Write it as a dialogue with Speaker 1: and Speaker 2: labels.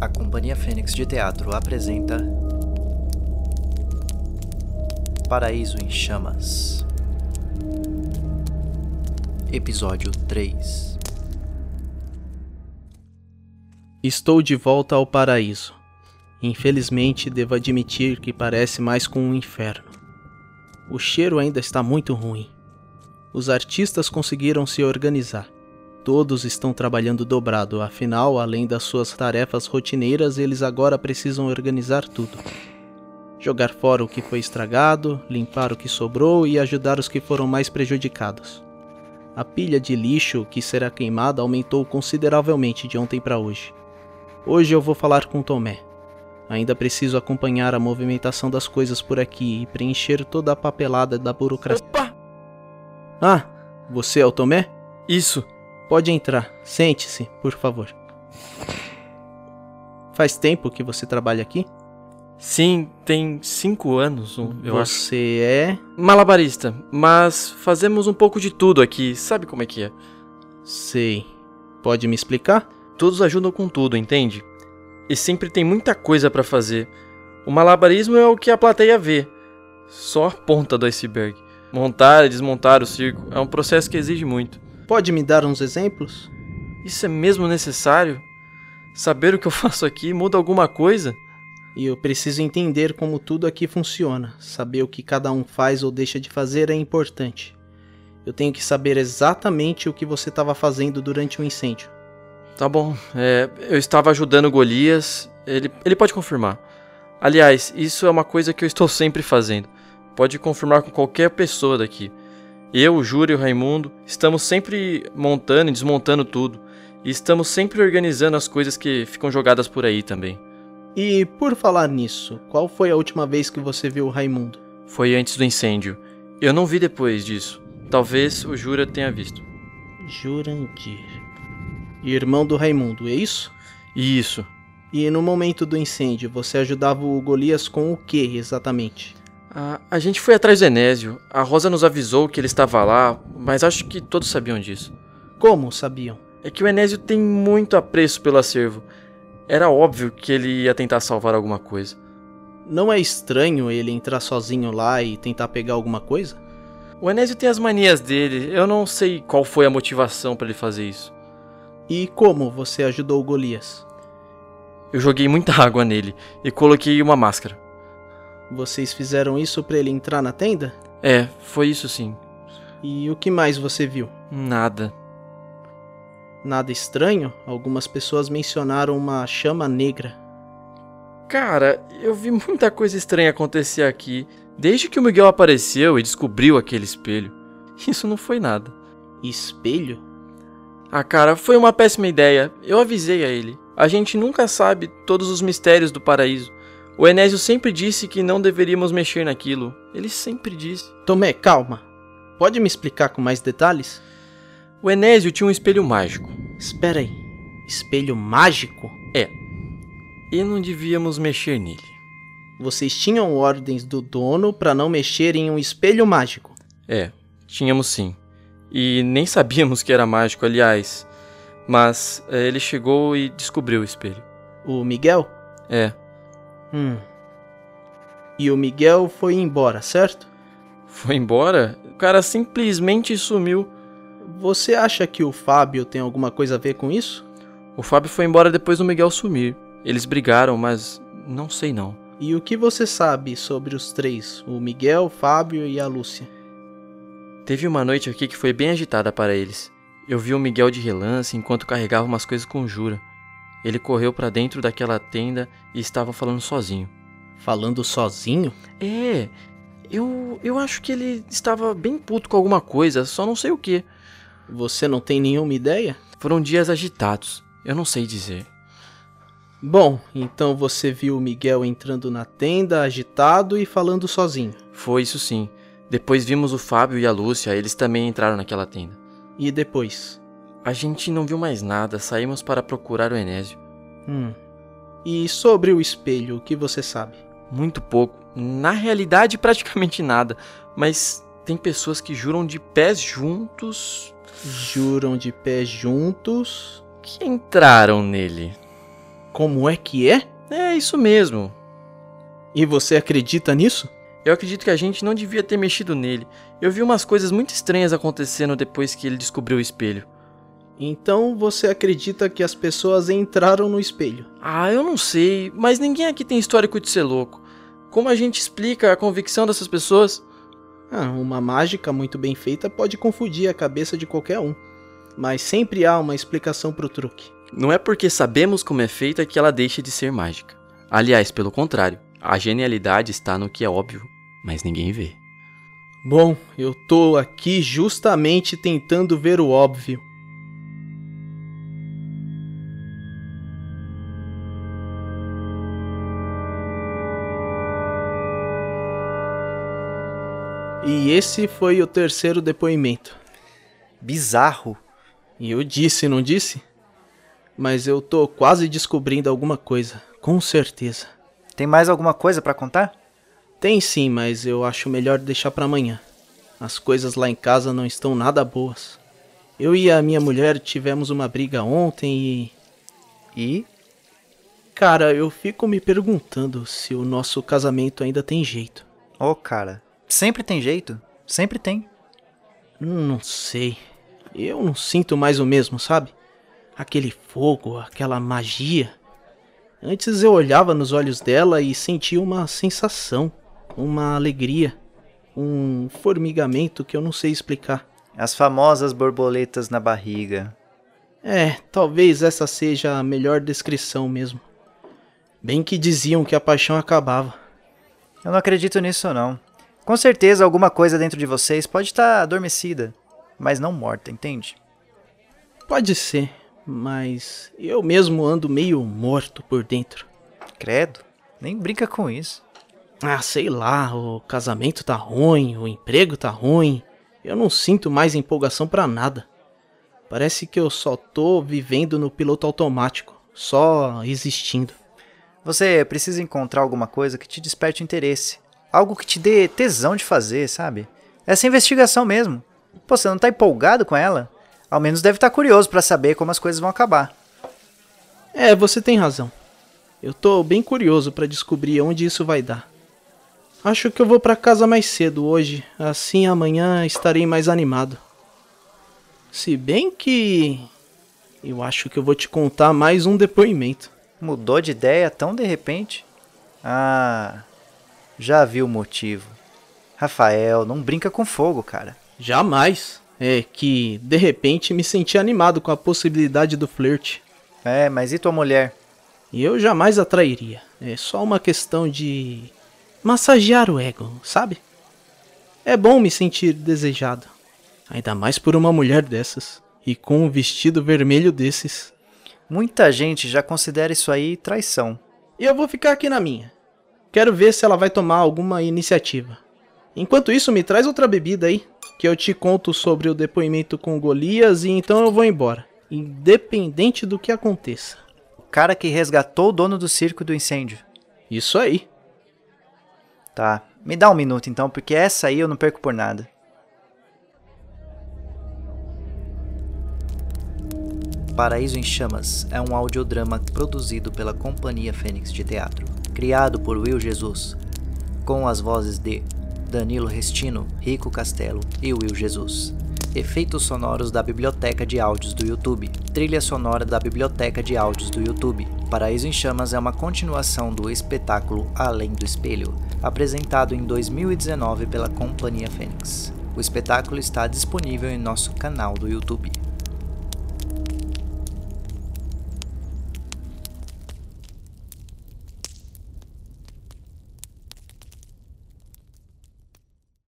Speaker 1: A Companhia Fênix de Teatro apresenta Paraíso em Chamas. Episódio 3
Speaker 2: Estou de volta ao paraíso. Infelizmente, devo admitir que parece mais com um inferno. O cheiro ainda está muito ruim. Os artistas conseguiram se organizar. Todos estão trabalhando dobrado, afinal, além das suas tarefas rotineiras, eles agora precisam organizar tudo. Jogar fora o que foi estragado, limpar o que sobrou e ajudar os que foram mais prejudicados. A pilha de lixo que será queimada aumentou consideravelmente de ontem para hoje. Hoje eu vou falar com Tomé. Ainda preciso acompanhar a movimentação das coisas por aqui e preencher toda a papelada da burocracia.
Speaker 3: Opa!
Speaker 2: Ah, você é o Tomé?
Speaker 3: Isso.
Speaker 2: Pode entrar. Sente-se, por favor. Faz tempo que você trabalha aqui?
Speaker 3: Sim, tem cinco anos, um, eu acho.
Speaker 2: você
Speaker 3: Malabarista, mas fazemos um pouco de tudo aqui, sabe como é que é?
Speaker 2: é. Sei. Pode me explicar?
Speaker 3: Todos ajudam com tudo, entende? E sempre tem muita coisa pra fazer. O malabarismo é o que a plateia vê. Só a ponta do iceberg. Montar e desmontar o circo é um processo que exige muito.
Speaker 2: Pode me dar uns exemplos?
Speaker 3: Isso é mesmo necessário? Saber o que eu faço aqui muda alguma coisa?
Speaker 2: E eu preciso entender como tudo aqui funciona. Saber o que cada um faz ou deixa de fazer é importante. Eu tenho que saber exatamente o que você estava fazendo durante o incêndio.
Speaker 3: Tá bom. É, eu estava ajudando o Golias. Ele, ele pode confirmar. Aliás, isso é uma coisa que eu estou sempre fazendo. Pode confirmar com qualquer pessoa daqui. Eu, o Júlio e o Raimundo estamos sempre montando e desmontando tudo. E estamos sempre organizando as coisas que ficam jogadas por aí também.
Speaker 2: E por falar nisso, qual foi a última vez que você viu o Raimundo?
Speaker 3: Foi antes do incêndio. Eu não vi depois disso. Talvez o Jura tenha visto.
Speaker 2: Jurandir. Irmão do Raimundo, é isso?
Speaker 3: E isso.
Speaker 2: E no momento do incêndio, você ajudava o Golias com o que exatamente?
Speaker 3: A, a gente foi atrás do Enésio. A Rosa nos avisou que ele estava lá, mas acho que todos sabiam disso.
Speaker 2: Como sabiam?
Speaker 3: É que o Enésio tem muito apreço pelo acervo. Era óbvio que ele ia tentar salvar alguma coisa.
Speaker 2: Não é estranho ele entrar sozinho lá e tentar pegar alguma coisa?
Speaker 3: O Enésio tem as manias dele. Eu não sei qual foi a motivação para ele fazer isso.
Speaker 2: E como você ajudou o Golias?
Speaker 3: Eu joguei muita água nele e coloquei uma máscara.
Speaker 2: Vocês fizeram isso pra ele entrar na tenda?
Speaker 3: É, foi isso sim.
Speaker 2: E o que mais você viu?
Speaker 3: Nada.
Speaker 2: Nada estranho? Algumas pessoas mencionaram uma chama negra.
Speaker 3: Cara, eu vi muita coisa estranha acontecer aqui desde que o Miguel apareceu e descobriu aquele espelho. Isso não foi nada.
Speaker 2: Espelho?
Speaker 3: Ah, cara, foi uma péssima ideia. Eu avisei a ele. A gente nunca sabe todos os mistérios do paraíso. O Enésio sempre disse que não deveríamos mexer naquilo. Ele sempre disse.
Speaker 2: Tomé, calma. Pode me explicar com mais detalhes?
Speaker 3: O Enésio tinha um espelho mágico.
Speaker 2: Espera aí. Espelho mágico?
Speaker 3: E não devíamos mexer nele.
Speaker 2: Vocês tinham ordens do dono pra não mexer em um espelho mágico.
Speaker 3: É, tínhamos sim. E nem sabíamos que era mágico, aliás. Mas eh, ele chegou e descobriu o espelho.
Speaker 2: O Miguel?
Speaker 3: É,
Speaker 2: Hum. E o Miguel foi embora, certo?
Speaker 3: foi embora? O cara simplesmente sumiu.
Speaker 2: Você acha que o Fábio tem alguma coisa a ver com isso?
Speaker 3: O Fábio foi embora depois do Miguel sumir. Eles brigaram, mas não sei não.
Speaker 2: E o que você sabe sobre os três, o Miguel, o Fábio e a Lúcia?
Speaker 3: Teve uma noite aqui que foi bem agitada para eles. Eu vi o Miguel de relance enquanto carregava umas coisas com Jura. Ele correu para dentro daquela tenda e estava falando sozinho.
Speaker 2: Falando sozinho?
Speaker 3: É, eu, eu acho que ele estava bem puto com alguma coisa, só não sei o que.
Speaker 2: Você não tem nenhuma ideia?
Speaker 3: Foram dias agitados, eu não sei dizer.
Speaker 2: Bom, então você viu o Miguel entrando na tenda, agitado e falando sozinho.
Speaker 3: Foi isso sim. Depois vimos o Fábio e a Lúcia, eles também entraram naquela tenda.
Speaker 2: E depois?
Speaker 3: A gente não viu mais nada, saímos para procurar o Enésio.
Speaker 2: Hum. E sobre o espelho, o que você sabe?
Speaker 3: Muito pouco, na realidade praticamente nada, mas tem pessoas que juram de pés juntos
Speaker 2: Juram de pé juntos.
Speaker 3: que entraram nele.
Speaker 2: como é que é?
Speaker 3: É isso mesmo.
Speaker 2: E você acredita nisso?
Speaker 3: Eu acredito que a gente não devia ter mexido nele. Eu vi umas coisas muito estranhas acontecendo depois que ele descobriu o espelho.
Speaker 2: Então você acredita que as pessoas entraram no espelho?
Speaker 3: Ah, eu não sei, mas ninguém aqui tem histórico de ser louco. Como a gente explica a convicção dessas pessoas?
Speaker 2: Ah, uma mágica muito bem feita pode confundir a cabeça de qualquer um, mas sempre há uma explicação pro truque.
Speaker 3: Não é porque sabemos como é feita que ela deixa de ser mágica. Aliás, pelo contrário, a genialidade está no que é óbvio, mas ninguém vê.
Speaker 2: Bom, eu tô aqui justamente tentando ver o óbvio. E esse foi o terceiro depoimento.
Speaker 1: Bizarro.
Speaker 2: E eu disse, não disse? Mas eu tô quase descobrindo alguma coisa, com certeza.
Speaker 1: Tem mais alguma coisa pra contar?
Speaker 2: Tem sim, mas eu acho melhor deixar pra amanhã. As coisas lá em casa não estão nada boas. Eu e a minha mulher tivemos uma briga ontem e.
Speaker 1: E
Speaker 2: Cara, eu fico me perguntando se o nosso casamento ainda tem jeito.
Speaker 1: Ô, cara, sempre tem jeito. Sempre tem.
Speaker 2: Não sei. Eu não sinto mais o mesmo, sabe? Aquele fogo, aquela magia. Antes eu olhava nos olhos dela e sentia uma sensação, uma alegria, um formigamento que eu não sei explicar.
Speaker 1: As famosas borboletas na barriga.
Speaker 2: É, talvez essa seja a melhor descrição mesmo. Bem que diziam que a paixão acabava.
Speaker 1: Eu não acredito nisso, não. Com certeza alguma coisa dentro de vocês pode estar adormecida, mas não morta, entende?
Speaker 2: Pode ser, mas eu mesmo ando meio morto por dentro.
Speaker 1: Credo. Nem brinca com isso.
Speaker 2: Ah, sei lá, o casamento tá ruim, o emprego tá ruim. Eu não sinto mais empolgação pra nada. Parece que eu só tô vivendo no piloto automático, só existindo.
Speaker 1: Você precisa encontrar alguma coisa que te desperte interesse. Algo que te dê tesão de fazer, sabe? Essa investigação mesmo. Pô, você não tá empolgado com ela? Ao menos deve estar curioso pra saber como as coisas vão acabar.
Speaker 2: É, você tem razão. Eu tô bem curioso pra descobrir onde isso vai dar. Acho que eu vou pra casa mais cedo hoje, assim amanhã estarei mais animado. Se bem que eu acho que eu vou te contar mais um depoimento.
Speaker 1: Mudou de ideia tão de repente? Ah, já vi o motivo. Rafael, não brinca com fogo, cara.
Speaker 2: Jamais. É que de repente me senti animado com a possibilidade do flerte.
Speaker 1: É, mas e tua mulher?
Speaker 2: E eu jamais atrairia. É só uma questão de massagear o ego, sabe? É bom me sentir desejado. Ainda mais por uma mulher dessas. E com um vestido vermelho desses.
Speaker 1: Muita gente já considera isso aí traição.
Speaker 2: E eu vou ficar aqui na minha. Quero ver se ela vai tomar alguma iniciativa. Enquanto isso, me traz outra bebida aí, que eu te conto sobre o depoimento com Golias e então eu vou embora, independente do que aconteça.
Speaker 1: O cara que resgatou o dono do circo do incêndio.
Speaker 2: Isso aí.
Speaker 1: Tá, me dá um minuto então, porque essa aí eu não perco por nada. Paraíso em Chamas é um audiodrama produzido pela Companhia Fênix de Teatro, criado por Will Jesus, com as vozes de Danilo Restino, Rico Castelo e Will Jesus. Efeitos sonoros da Biblioteca de Áudios do YouTube. Trilha sonora da Biblioteca de Áudios do YouTube. Paraíso em Chamas é uma continuação do espetáculo Além do Espelho, apresentado em 2019 pela Companhia Fênix. O espetáculo está disponível em nosso canal do YouTube.